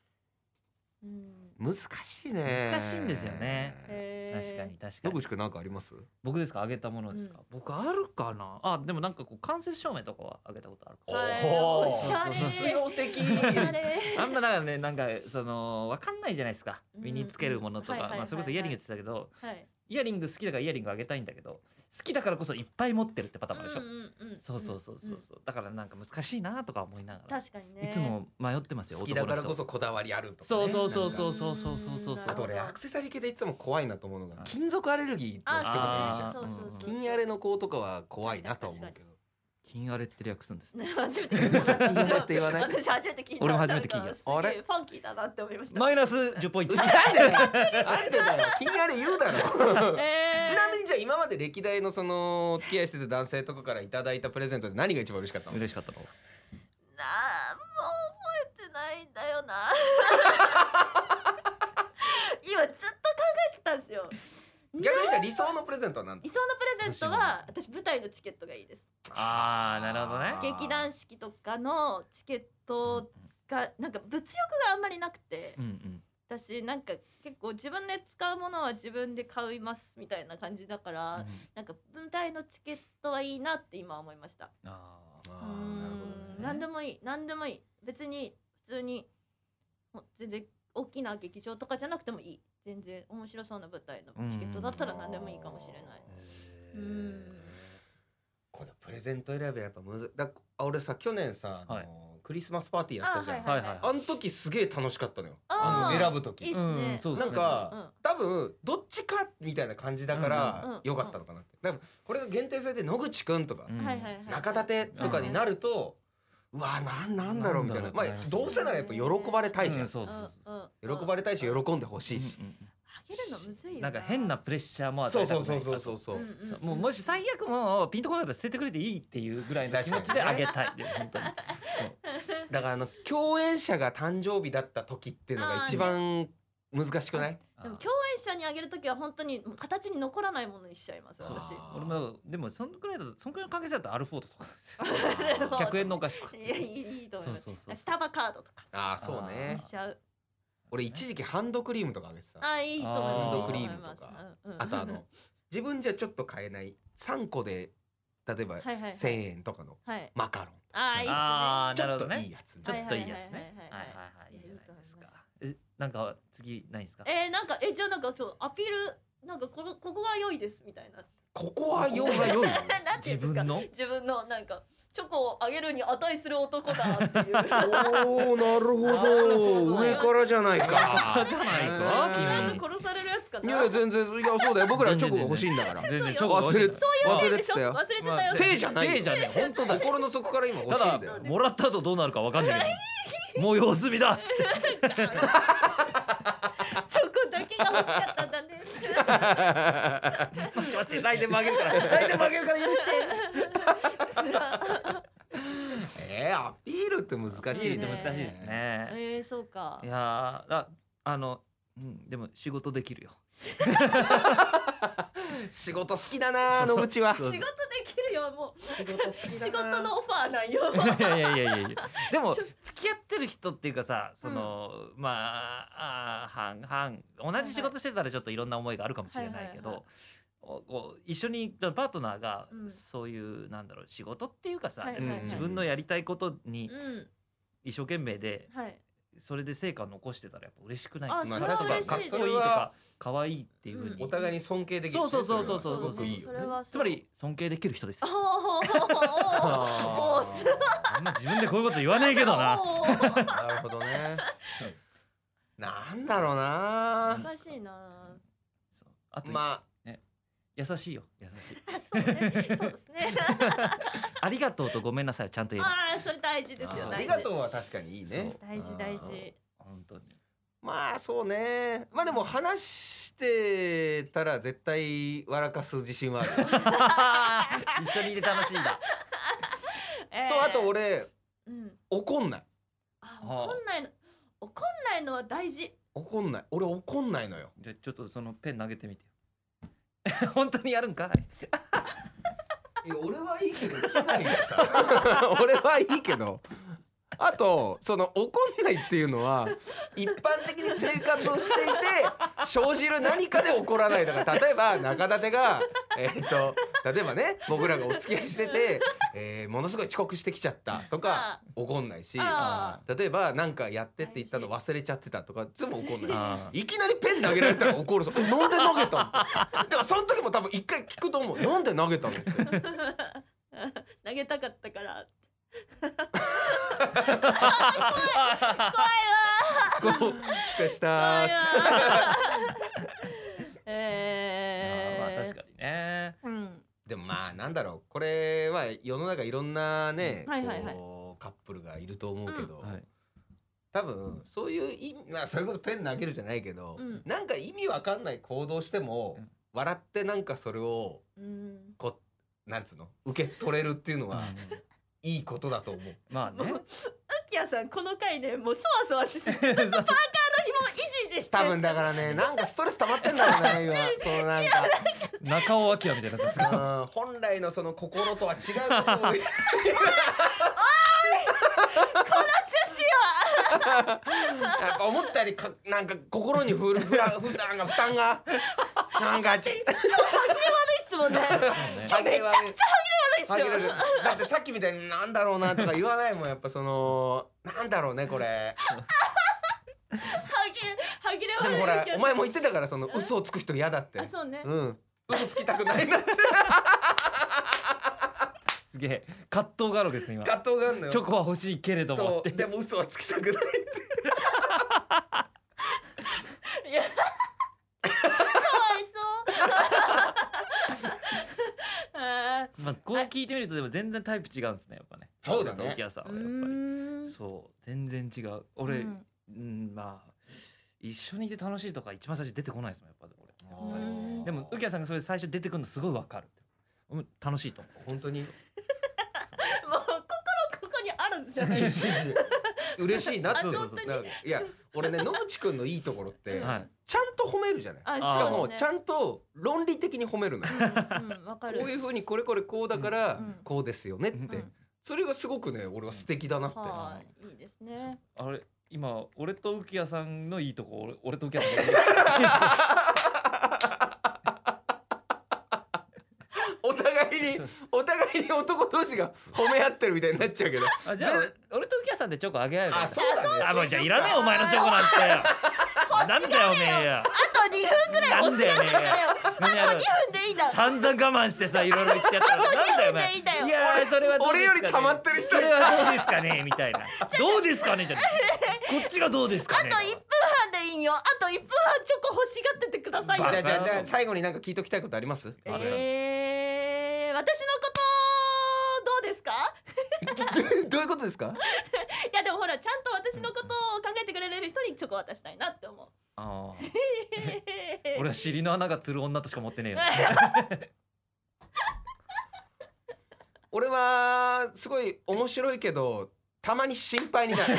[SPEAKER 2] うん
[SPEAKER 1] 難しいね
[SPEAKER 3] 難しいんですよね
[SPEAKER 2] へ
[SPEAKER 3] 確
[SPEAKER 2] ー
[SPEAKER 3] かに確か
[SPEAKER 1] 野
[SPEAKER 3] に。
[SPEAKER 1] 口くんなんかあります
[SPEAKER 3] 僕ですかあげたものですか。僕あるかな。あでもなんかこう間接照明とかはあげたことあるかも。
[SPEAKER 2] はい
[SPEAKER 1] おー
[SPEAKER 2] おしゃれ
[SPEAKER 1] 実用的
[SPEAKER 2] おしゃれ
[SPEAKER 3] あんまだからねなんかそのわかんないじゃないですか
[SPEAKER 2] うん
[SPEAKER 3] 身につけるものと
[SPEAKER 2] はい
[SPEAKER 3] か
[SPEAKER 2] はいはい
[SPEAKER 3] まあそれこそイヤリングって言ってたけど
[SPEAKER 2] はい
[SPEAKER 3] イヤリング好きだからイヤリングあげたいんだけど好きだからこそいっぱい持ってるってパターンもあるでしょ、
[SPEAKER 2] うんうんん
[SPEAKER 3] そうそうそうそうそう、だからなんか難しいなとか思いながら、
[SPEAKER 2] 確かにね
[SPEAKER 3] いつも迷ってますよ
[SPEAKER 1] 好きだからこそ
[SPEAKER 3] 男
[SPEAKER 1] こだわりあるとか、ね、
[SPEAKER 3] の人そうそう
[SPEAKER 1] なん
[SPEAKER 3] そ
[SPEAKER 1] か
[SPEAKER 3] うそうそうそうそうそう
[SPEAKER 2] うん
[SPEAKER 1] あと俺アクセサリー系でいつも怖いなと思うのが金属アレルギーの人とかいるじゃ
[SPEAKER 2] あ
[SPEAKER 1] ん
[SPEAKER 2] そうそうそ
[SPEAKER 3] ー
[SPEAKER 2] う
[SPEAKER 1] 金アレの子とかは怖いなとは思うけど
[SPEAKER 3] 金荒れって略すんですね
[SPEAKER 2] ね 初めて聞いた
[SPEAKER 1] 金アレって言わないなんで
[SPEAKER 2] 私初めて聞いた
[SPEAKER 3] 俺も初めて聞いた
[SPEAKER 2] なんか
[SPEAKER 1] あれ
[SPEAKER 2] すげえファンキーだなって思いました
[SPEAKER 3] マイナス10ポイン ト
[SPEAKER 1] だよなんでだよ金アレ言うだろ
[SPEAKER 2] えー
[SPEAKER 1] ちなみにじゃあ今まで歴代のそのお付き合いしてた男性とかからいただいたプレゼントで何が一番嬉しかったの
[SPEAKER 3] 嬉しかったの
[SPEAKER 2] なあもう覚えてないんだよ な今ずっと考えてたんですよ
[SPEAKER 1] 逆にじゃあ理想のプレゼントは何で
[SPEAKER 2] 理
[SPEAKER 1] す
[SPEAKER 2] 想のプレゼントは私舞台のチケットがいいです
[SPEAKER 3] あーなるほどね
[SPEAKER 1] あー
[SPEAKER 2] 劇団式とかのチケットがなんか物欲があんまりなくて
[SPEAKER 3] うんうん
[SPEAKER 2] 私なんか結構自分で使うものは自分で買いますみたいな感じだから、
[SPEAKER 3] うん
[SPEAKER 2] なんか舞台のチケットはいいなって今思いました
[SPEAKER 3] あー
[SPEAKER 1] か
[SPEAKER 2] うーん
[SPEAKER 1] なるほどね
[SPEAKER 2] 何でもいい何でもいい別に普通にもう全然大きな劇場とかじゃなくてもいい全然面白そうな舞台のチケットだったら何でもいいかもしれない
[SPEAKER 3] へ
[SPEAKER 2] う
[SPEAKER 3] ー
[SPEAKER 2] ん
[SPEAKER 1] これプレゼント選びはやっぱむずいだあ俺さ去年さ、あの
[SPEAKER 3] はい
[SPEAKER 1] クリスマスパーティーやったじゃんあ,、
[SPEAKER 2] あ
[SPEAKER 3] はいはい
[SPEAKER 2] あ
[SPEAKER 1] の時すげえ楽しかったのよ
[SPEAKER 2] あ
[SPEAKER 1] あ
[SPEAKER 2] ー
[SPEAKER 1] の選ぶ時
[SPEAKER 2] いいっすね
[SPEAKER 3] うんそうですね
[SPEAKER 1] なんか、
[SPEAKER 2] うん
[SPEAKER 1] 多分どっちかみたいな感じだか
[SPEAKER 2] うんうんう
[SPEAKER 1] ら
[SPEAKER 2] ん
[SPEAKER 1] よかったのかなって、多分これが限定されて野口くんとか
[SPEAKER 3] う、ん
[SPEAKER 2] はいはいはい
[SPEAKER 1] 中立とかになると、うわなんなんだろうみたいな
[SPEAKER 3] なんだろう
[SPEAKER 1] まあどうせならやっぱ喜ばれたいじゃん、
[SPEAKER 3] うんそう
[SPEAKER 2] う
[SPEAKER 3] そ
[SPEAKER 2] ん
[SPEAKER 3] う
[SPEAKER 2] うんうん
[SPEAKER 1] 喜ばれたいし喜んでほ
[SPEAKER 3] そ
[SPEAKER 1] し
[SPEAKER 3] う
[SPEAKER 1] いし、
[SPEAKER 3] うんうん
[SPEAKER 2] あげるのむずいよ
[SPEAKER 3] なんか変なプレッシャーも与
[SPEAKER 1] そ
[SPEAKER 3] え
[SPEAKER 1] う
[SPEAKER 3] たく
[SPEAKER 1] そう
[SPEAKER 3] な
[SPEAKER 1] そ
[SPEAKER 3] いう
[SPEAKER 1] そうそうそう、
[SPEAKER 2] んん
[SPEAKER 3] そうもうもし最悪もうピンとこなかったら捨ててくれていいっていうぐらいの気持ちであげたい、本当にそう
[SPEAKER 1] だからあの共演者が誕生日だった時っていうのが一番難しくない
[SPEAKER 2] でも共演者にあげるときは本当に形に残らないものにしちゃいます私
[SPEAKER 1] あ
[SPEAKER 3] 俺もでもそんくらいだとそんくらいの関係性だとアルフォートとか
[SPEAKER 2] なる ほど
[SPEAKER 3] 100円のお菓子とか
[SPEAKER 2] いやいいいいと
[SPEAKER 3] そう
[SPEAKER 2] 思います
[SPEAKER 3] そうそう
[SPEAKER 2] スタバカードとか
[SPEAKER 1] ああそうね
[SPEAKER 2] にしちゃう
[SPEAKER 1] 俺一時期ハンドクリームとかあげてた
[SPEAKER 2] あいいと思いますいいと思います
[SPEAKER 1] あー
[SPEAKER 2] うんうん
[SPEAKER 1] あとあの自分じゃちょっと買えない3個で例えば
[SPEAKER 2] はいはいはい
[SPEAKER 1] 1,000円とかの
[SPEAKER 2] はい
[SPEAKER 1] マカロ
[SPEAKER 2] あーいいっすね
[SPEAKER 3] あー
[SPEAKER 1] ンち
[SPEAKER 3] なる
[SPEAKER 1] ょ
[SPEAKER 3] ほ
[SPEAKER 1] っ
[SPEAKER 3] ど
[SPEAKER 1] といい
[SPEAKER 3] ね
[SPEAKER 1] やつみ
[SPEAKER 3] ち
[SPEAKER 1] た
[SPEAKER 3] ょ
[SPEAKER 1] い
[SPEAKER 2] は
[SPEAKER 1] な
[SPEAKER 2] はい
[SPEAKER 3] っといいやつね
[SPEAKER 2] はいはいはい
[SPEAKER 3] はいはいはいいいじゃないですか
[SPEAKER 2] いい
[SPEAKER 3] え
[SPEAKER 2] と
[SPEAKER 3] なんか次ないですか
[SPEAKER 2] えー、なんかえじゃあなんか今日アピールなんかこのここは良いですみたいな
[SPEAKER 1] ここは良い
[SPEAKER 3] ここは良い
[SPEAKER 2] なんてい
[SPEAKER 3] 自
[SPEAKER 2] うんですか
[SPEAKER 3] 分の
[SPEAKER 2] 自分のなんかチョコをあげるに値する男だっていうなん
[SPEAKER 1] おおなるほ
[SPEAKER 3] なるほど
[SPEAKER 1] ど上からじゃない
[SPEAKER 3] あ
[SPEAKER 1] か
[SPEAKER 3] じゃない
[SPEAKER 1] え
[SPEAKER 3] か
[SPEAKER 1] ー
[SPEAKER 3] 君
[SPEAKER 2] か殺されるやつか
[SPEAKER 1] い
[SPEAKER 2] な
[SPEAKER 1] や全然いやそうだよ僕らはチョコが欲しいんだから
[SPEAKER 3] 全然チョコ
[SPEAKER 1] 忘れて忘
[SPEAKER 2] そ
[SPEAKER 1] れ
[SPEAKER 2] うで
[SPEAKER 1] て
[SPEAKER 2] しょ
[SPEAKER 1] た
[SPEAKER 2] 忘
[SPEAKER 1] よ
[SPEAKER 2] れてたよ、
[SPEAKER 1] 手じゃないよ
[SPEAKER 3] 手じゃねえ本当だ
[SPEAKER 1] 心の底から今欲しい
[SPEAKER 3] た
[SPEAKER 1] んだ
[SPEAKER 3] だ
[SPEAKER 1] よ
[SPEAKER 3] もらった後どうなるかわかんないけどもう用済みだっつって
[SPEAKER 2] チョコだけが欲しかったんだね
[SPEAKER 3] 待って待って来年曲げるから
[SPEAKER 1] 来年負けるから許して
[SPEAKER 2] つら
[SPEAKER 1] えー、アピールって難しい
[SPEAKER 2] アピールって難しいです
[SPEAKER 3] ね
[SPEAKER 2] えー、そうか
[SPEAKER 3] いやーああの、うん、でも仕事できるよ
[SPEAKER 1] 仕事好きだな野口は
[SPEAKER 2] 仕事できるよもう
[SPEAKER 1] 仕事好
[SPEAKER 2] 仕
[SPEAKER 1] きだな
[SPEAKER 2] 事のオファーなんよ
[SPEAKER 3] いやいやいやいやいやでも
[SPEAKER 2] ちょ
[SPEAKER 3] 付き合ってる人っていうかさその、まああー半々同じ仕事してたらちょっといろんな思いがあるかもしれないけど、
[SPEAKER 2] はいはいはい
[SPEAKER 3] おこう一緒にパートナーが
[SPEAKER 2] うん
[SPEAKER 3] そういう、なんだろう仕事っていうかさ、
[SPEAKER 2] はいはい
[SPEAKER 1] はい
[SPEAKER 3] 自分のやりたいことに
[SPEAKER 2] うん
[SPEAKER 3] 一生懸命で、
[SPEAKER 2] はい
[SPEAKER 3] それで成果を残してたらやっぱ嬉しくない
[SPEAKER 2] あ
[SPEAKER 3] か
[SPEAKER 1] まあ
[SPEAKER 2] それは
[SPEAKER 1] 確か
[SPEAKER 2] 嬉
[SPEAKER 1] に
[SPEAKER 2] し
[SPEAKER 1] かっ
[SPEAKER 2] い
[SPEAKER 1] こ
[SPEAKER 3] っ
[SPEAKER 1] い
[SPEAKER 3] こいい
[SPEAKER 1] い
[SPEAKER 3] と
[SPEAKER 1] とか
[SPEAKER 3] か可愛いっていうふうに、
[SPEAKER 2] うん
[SPEAKER 1] お互いに尊敬できる
[SPEAKER 3] そうそうそうそうそうそう
[SPEAKER 1] すごくいいよ
[SPEAKER 2] それはそう
[SPEAKER 3] つまり尊敬できる人です
[SPEAKER 2] お
[SPEAKER 3] よ
[SPEAKER 2] ーおー
[SPEAKER 1] あ
[SPEAKER 2] おーす
[SPEAKER 1] ー
[SPEAKER 3] あんま自分でこういうこと言わねえけどな
[SPEAKER 2] おー
[SPEAKER 1] なるほどねなんだろうな
[SPEAKER 2] おかしいな
[SPEAKER 3] そうあと、
[SPEAKER 1] ま
[SPEAKER 3] 優しいよ優しい
[SPEAKER 2] そうねそうですね
[SPEAKER 3] ありがとうとごめんなさいをちゃんと言います
[SPEAKER 2] ああそれ大事ですよ
[SPEAKER 1] あ
[SPEAKER 2] 大
[SPEAKER 1] あ
[SPEAKER 2] 事
[SPEAKER 1] ありがとうは確かにいいね
[SPEAKER 2] 大事大事
[SPEAKER 3] 本当に
[SPEAKER 1] まあそうねまあでも話してたら絶対笑かす自信はある
[SPEAKER 3] 一緒にいて楽しいんだ。
[SPEAKER 2] えー
[SPEAKER 1] とあと俺
[SPEAKER 2] うん
[SPEAKER 1] 怒んない
[SPEAKER 2] あ怒んないの怒んないのは大事
[SPEAKER 1] 怒んない俺怒んないのよ
[SPEAKER 3] じゃあちょっとそのペン投げてみてよ。 本当にやるんかい。
[SPEAKER 1] いや俺はいいけど機材がさ 俺はいいけどあとその怒んないっていうのは一般的に生活をしていて生じる何かで怒らないだから例えば中立がえーっと例えばね僕らがお付き合いしてて、えーものすごい遅刻してきちゃったとか怒んないし
[SPEAKER 2] あ
[SPEAKER 1] 例えばなんかやってって言ったの忘れちゃってたとかいつも怒んない
[SPEAKER 3] あ
[SPEAKER 1] いきなりペン投げられたら怒るぞ えなんで投げたのでもその時も多分一回聞くと思うなんで投げたのって
[SPEAKER 2] 投げたかったから
[SPEAKER 3] こう
[SPEAKER 1] お疲れしたー
[SPEAKER 2] 怖いわえー
[SPEAKER 3] まあ確かにね。
[SPEAKER 2] うん
[SPEAKER 1] でもまあなんだろうこれは世の中いろんなね、
[SPEAKER 2] うんはいはいはい
[SPEAKER 1] こうカップルがいると思うけど、
[SPEAKER 3] はい
[SPEAKER 1] 多分そういう意味まあそれこそペン投げるじゃないけど、
[SPEAKER 2] うん
[SPEAKER 1] なんか意味わかんない行動しても、
[SPEAKER 3] うん
[SPEAKER 1] 笑ってなんかそれを
[SPEAKER 2] うん
[SPEAKER 1] こうなんつうの受け取れるっていう
[SPEAKER 3] う
[SPEAKER 1] の
[SPEAKER 3] ん
[SPEAKER 1] は、いいことだと思う。
[SPEAKER 3] まあね。
[SPEAKER 2] アキヤさんこの回でもうそわそわしすぎて紐イジイジして
[SPEAKER 1] 多分だから ねなんかストレス溜まってんだろうな今そのなんか。
[SPEAKER 3] 中尾明みたいなやつが。
[SPEAKER 1] うん本来のその心とは違うことをなんか思ったよりかなんか心にふるふら負担が負担がなんかち
[SPEAKER 2] いつ もね
[SPEAKER 1] 歯切れ悪い
[SPEAKER 2] 歯
[SPEAKER 1] 歯切
[SPEAKER 2] 切れ悪いっすよ
[SPEAKER 1] れ悪いだってさっきみたいになんだろうなとか言わないもんやっぱそのなんだろうねこれ
[SPEAKER 2] 歯切れ歯切れ
[SPEAKER 1] で
[SPEAKER 2] 悪い
[SPEAKER 1] もほら
[SPEAKER 2] 気がする
[SPEAKER 1] お前も言ってたからその嘘をつく人嫌だって
[SPEAKER 2] あそうね
[SPEAKER 1] うん嘘つきたくないなって
[SPEAKER 3] すげえ葛藤があるわけですね今。
[SPEAKER 1] 葛藤があるのよ
[SPEAKER 3] チョコは欲しいけれども
[SPEAKER 1] そ
[SPEAKER 3] っ
[SPEAKER 1] う
[SPEAKER 3] て。
[SPEAKER 1] でも嘘はつきたくない
[SPEAKER 2] いやかわいそうあ
[SPEAKER 3] まあこう聞いてみるとでも全然タイプ違うんですねやっぱね。
[SPEAKER 1] そうだね
[SPEAKER 3] 俺と明さん
[SPEAKER 2] ー
[SPEAKER 3] はやっぱり。
[SPEAKER 2] うーん
[SPEAKER 3] そう全然違う。俺、
[SPEAKER 2] う
[SPEAKER 3] うんん、まあ一緒にいて楽しいとか一番最初出てこないですもんやっぱ俺。やっぱり
[SPEAKER 2] うん
[SPEAKER 3] でも、ウキヤさんがそれ最初出てくるのすごいわかる。うん楽しいと思
[SPEAKER 1] 本当に
[SPEAKER 2] もう心ここにあるんじゃない
[SPEAKER 1] いいし 嬉しいなって
[SPEAKER 2] あ
[SPEAKER 1] そうそうそう
[SPEAKER 2] 本当
[SPEAKER 1] いや俺ね野口くんのいいところって、
[SPEAKER 3] う。
[SPEAKER 2] うん
[SPEAKER 3] はい。
[SPEAKER 1] ちゃんと褒めるじゃないし
[SPEAKER 2] あ
[SPEAKER 3] あー
[SPEAKER 1] か
[SPEAKER 2] そ
[SPEAKER 1] も
[SPEAKER 2] うで
[SPEAKER 1] ち
[SPEAKER 2] す
[SPEAKER 1] ゃ
[SPEAKER 2] ね
[SPEAKER 1] んと論理的に褒めるのよ
[SPEAKER 2] うんうんわかる
[SPEAKER 1] こういうふうにこれこれこうだから
[SPEAKER 2] うん
[SPEAKER 1] こうですよねって、
[SPEAKER 2] うん
[SPEAKER 1] それがすごくね俺は素敵だなって、
[SPEAKER 2] はい、いいですね。
[SPEAKER 3] あれ今俺と浮谷さんのいいとこ俺俺と浮谷さんのいい
[SPEAKER 1] お互い に
[SPEAKER 3] とこ
[SPEAKER 1] お互いに男同士が褒め合ってるみたいになっちゃうけど
[SPEAKER 3] あじゃあ俺俺と浮谷さんでチョコあげ合えばいい
[SPEAKER 1] あ
[SPEAKER 3] んだ
[SPEAKER 1] そうだね
[SPEAKER 3] あもうじゃあいらねえお前のチョコなんてなんだよおめえや
[SPEAKER 2] あと2分ぐらい
[SPEAKER 3] なんだよね
[SPEAKER 2] あと2分でいいんだ。
[SPEAKER 3] 散々我慢してさいろいろ言ってやったらなんだよお前
[SPEAKER 2] いいんだよ
[SPEAKER 3] いやーそれはどう
[SPEAKER 1] 俺
[SPEAKER 3] です
[SPEAKER 1] よ
[SPEAKER 3] かね
[SPEAKER 1] り溜まってる人
[SPEAKER 3] それはどうですかねみたいなどうですかねじゃないこっちがどうです
[SPEAKER 2] あ
[SPEAKER 3] か
[SPEAKER 2] と
[SPEAKER 3] ね
[SPEAKER 2] 1分半でいいんよ。あと1分半チョコ欲しがっててください
[SPEAKER 1] じゃ
[SPEAKER 2] よ
[SPEAKER 1] あ
[SPEAKER 3] バ。
[SPEAKER 1] じゃあじゃあ最後になんか聞いときたいことあります
[SPEAKER 2] え
[SPEAKER 3] あれ
[SPEAKER 2] ー、私のことどうですか
[SPEAKER 1] どういうことですか
[SPEAKER 2] いやでもほらからちゃんと私のことを考えてくれる人にチョコ渡したいなって思う。
[SPEAKER 3] ああ俺は尻の穴がつる女としか思って ねえよ
[SPEAKER 1] 俺はすごい面白いけどたまに心配にな る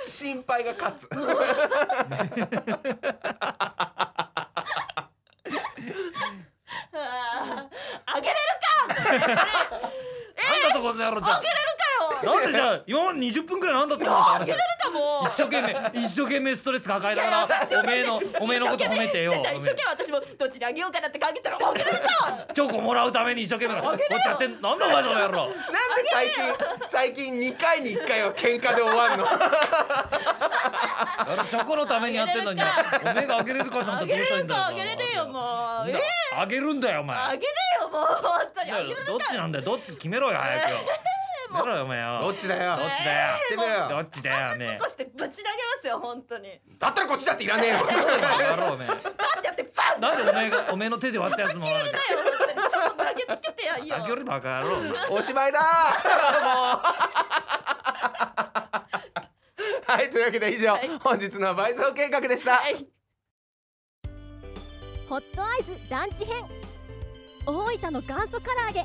[SPEAKER 1] 心配が勝つ
[SPEAKER 2] あーあげれる
[SPEAKER 3] なんだとこの野郎じゃん
[SPEAKER 2] かよ
[SPEAKER 3] なんでじゃあ今まで20分くらいなんだったのって話だよ
[SPEAKER 2] かも
[SPEAKER 3] 一生懸命一生懸命ストレス抱えながらおめえのおめえのこと褒めてよ
[SPEAKER 2] 一生懸命私もどっちにあげようかなって考えたら あげれるか
[SPEAKER 3] チョコもらうために一生懸命おっちゃってんなんだお前その野郎
[SPEAKER 1] なんで最近最近2回に1回は喧嘩で終わん の
[SPEAKER 3] あのチョコのためにやってんのにおめえがあげれるかと思った
[SPEAKER 2] あ
[SPEAKER 3] ら
[SPEAKER 2] げ
[SPEAKER 3] ど
[SPEAKER 2] れ
[SPEAKER 3] うしたらいいんだよ
[SPEAKER 2] るかあげれるよもうえ
[SPEAKER 3] あげるんだよお前
[SPEAKER 2] あげてよもう本当にあげれる
[SPEAKER 3] どっちなんだよどっち決めろよ早く よ決めろよお前よ
[SPEAKER 1] どっちだよ
[SPEAKER 3] どっちだよ
[SPEAKER 1] 言ってみろ
[SPEAKER 3] ど
[SPEAKER 1] よ
[SPEAKER 3] っちだよおめえ
[SPEAKER 2] こしてぶち投げますよ本当に
[SPEAKER 1] だったらこっちだっていらねえ よ
[SPEAKER 3] やろうおめえ
[SPEAKER 2] パッてやってバンって
[SPEAKER 3] なんでおめえ がおめえの手で割ったやつもらうの
[SPEAKER 2] だよ本当にちょっと投げつけてやいいよ
[SPEAKER 3] あげるバカ野郎お前
[SPEAKER 1] おしまいだもう はいというわけで以上、
[SPEAKER 2] はい
[SPEAKER 1] 本日の倍増計画でした、
[SPEAKER 2] はい
[SPEAKER 4] ホットアイズランチ編大分の元祖唐揚げ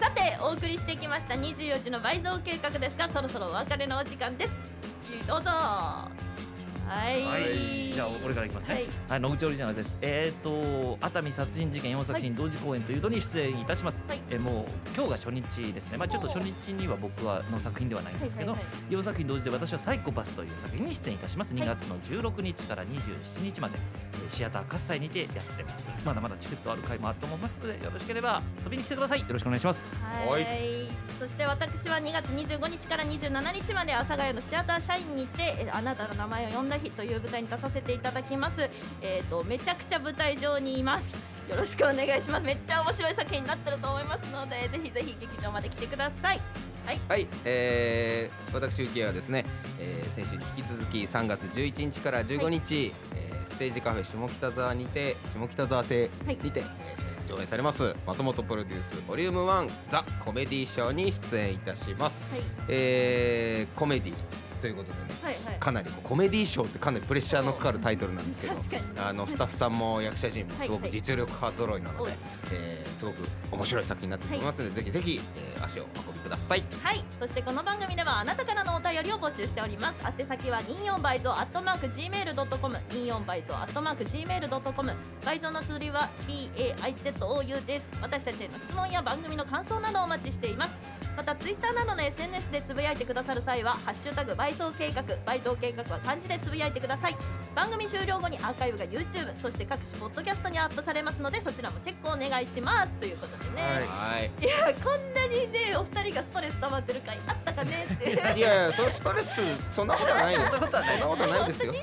[SPEAKER 2] さてお送りしてきました24時の倍増計画ですがそろそろお別れのお時間ですどうぞはい、
[SPEAKER 3] はい、じゃあ俺からいきますね。
[SPEAKER 2] は
[SPEAKER 3] はいい、野口オリジナルです。えっ、と熱海殺人事件4作品同時公演というのに出演いたします。
[SPEAKER 2] はい
[SPEAKER 3] えーもう今日が初日ですね。まあちょっと初日には僕はの作品ではないんですけど、4作品同時で私はサイコパスという作品に出演いたします。
[SPEAKER 2] い
[SPEAKER 3] 2月の16日から27日まで、えーシアター喝采にてやってます。まだまだチケットある回もあると思いますので、よろしければ遊びに来てください。よろしくお願いします。
[SPEAKER 2] はい、そして私は2月25日から27日まで阿佐ヶ谷のシアター社員にてえ「あなたの名前を呼んだ日」という舞台に出させていただきますえっ、とめちゃくちゃ舞台上にいますよろしくお願いしますめっちゃ面白い作品になってると思いますのでぜひぜひ劇場まで来てください
[SPEAKER 1] はい、えー、私ウキヤはですね、えー、先週に引き続き3月11日から15日、えーステージカフェ下北沢にて下北沢邸
[SPEAKER 2] はい
[SPEAKER 1] にて、えー上演されます松本プロデュースボリューム1ザコメディショーに出演いたします、
[SPEAKER 2] はい
[SPEAKER 1] えー、コメディということでね
[SPEAKER 2] はいはい
[SPEAKER 1] かなりコメディショーってかなりプレッシャーのかかるタイトルなんですけど
[SPEAKER 2] 確かに
[SPEAKER 1] あのスタッフさんも役者陣も
[SPEAKER 2] はい
[SPEAKER 1] すごく実力派揃いなので、
[SPEAKER 2] はい
[SPEAKER 1] えーすごく面白い作品になってると思いますので、ぜひぜひ、えー足をお運びください。
[SPEAKER 2] はい、そしてこの番組ではあなたからのお便りを募集しております。宛先は24倍増アットマーク gmail ドットコム、24倍増アットマーク gmail ドットコム。倍増の綴りは b a i z o u です。私たちへの質問や番組の感想などをお待ちしています。またツイッターなどの SNS でつぶやいてくださる際は「ハッシュタグ倍増計画」倍増計画は漢字でつぶやいてください番組終了後にアーカイブが YouTube そして各種ポッドキャストにアップされますのでそちらもチェックお願いしますということでね、
[SPEAKER 1] はい
[SPEAKER 2] いやこんなにねお二人がストレス溜まってる回あったかねって
[SPEAKER 1] いやいや、それストレス、そんなことはないよ。 そんなことないですよ。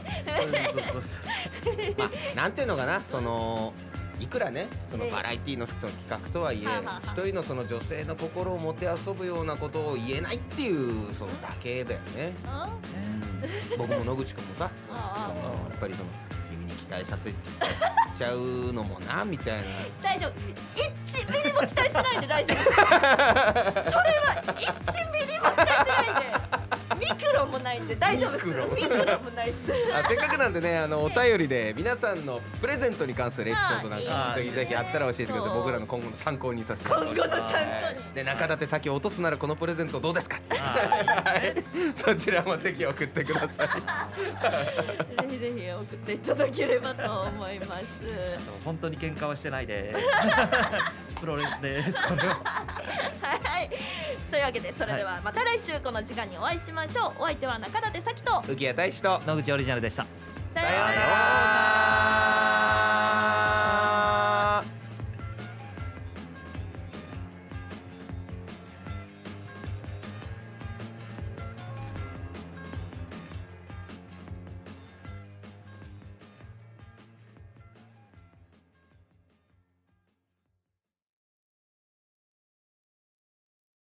[SPEAKER 3] そうそう そう
[SPEAKER 1] まあ、なんていうのかな、その。いくらね、そのバラエティのその企画とはいえ
[SPEAKER 2] はあはあはあ、
[SPEAKER 1] 一人のその女性の心をもてあそぶようなことを言えないっていう、そのだけだよね。
[SPEAKER 2] あ
[SPEAKER 1] 僕も野口君もさ、そ
[SPEAKER 2] あ
[SPEAKER 1] のやっぱりその、君に期待させちゃうのもなみたいな。
[SPEAKER 2] 大丈夫1ミリも期待してないんで大丈夫それは1ミリも期待してないんでミクロンもないんで大丈夫です
[SPEAKER 1] ミクロン
[SPEAKER 2] ミクロンもないっす
[SPEAKER 1] あせっかくなんでねあのお便りで皆さんのプレゼントに関するエピソードなんか
[SPEAKER 3] あーいいね
[SPEAKER 1] ぜひぜひあったら教えてください
[SPEAKER 2] そう
[SPEAKER 1] 僕らの今後の参考にさせてい
[SPEAKER 2] 今
[SPEAKER 1] ただき
[SPEAKER 2] 後の
[SPEAKER 1] ます
[SPEAKER 2] 参考に
[SPEAKER 1] で中立て先を落とすならこのプレゼントどうですか
[SPEAKER 3] あ
[SPEAKER 1] そちらもぜひ送ってくだ さい
[SPEAKER 2] ぜひぜひ送っていただければと思います
[SPEAKER 3] ー本当に喧嘩はしてないです。 プロレスです。これは。
[SPEAKER 2] はいというわけでそれではまた来週この時間にお会いしましょうお相手は中舘咲希と
[SPEAKER 1] 浮谷大使と
[SPEAKER 3] 野口オリジナルでした。
[SPEAKER 2] さ
[SPEAKER 1] さような
[SPEAKER 3] ら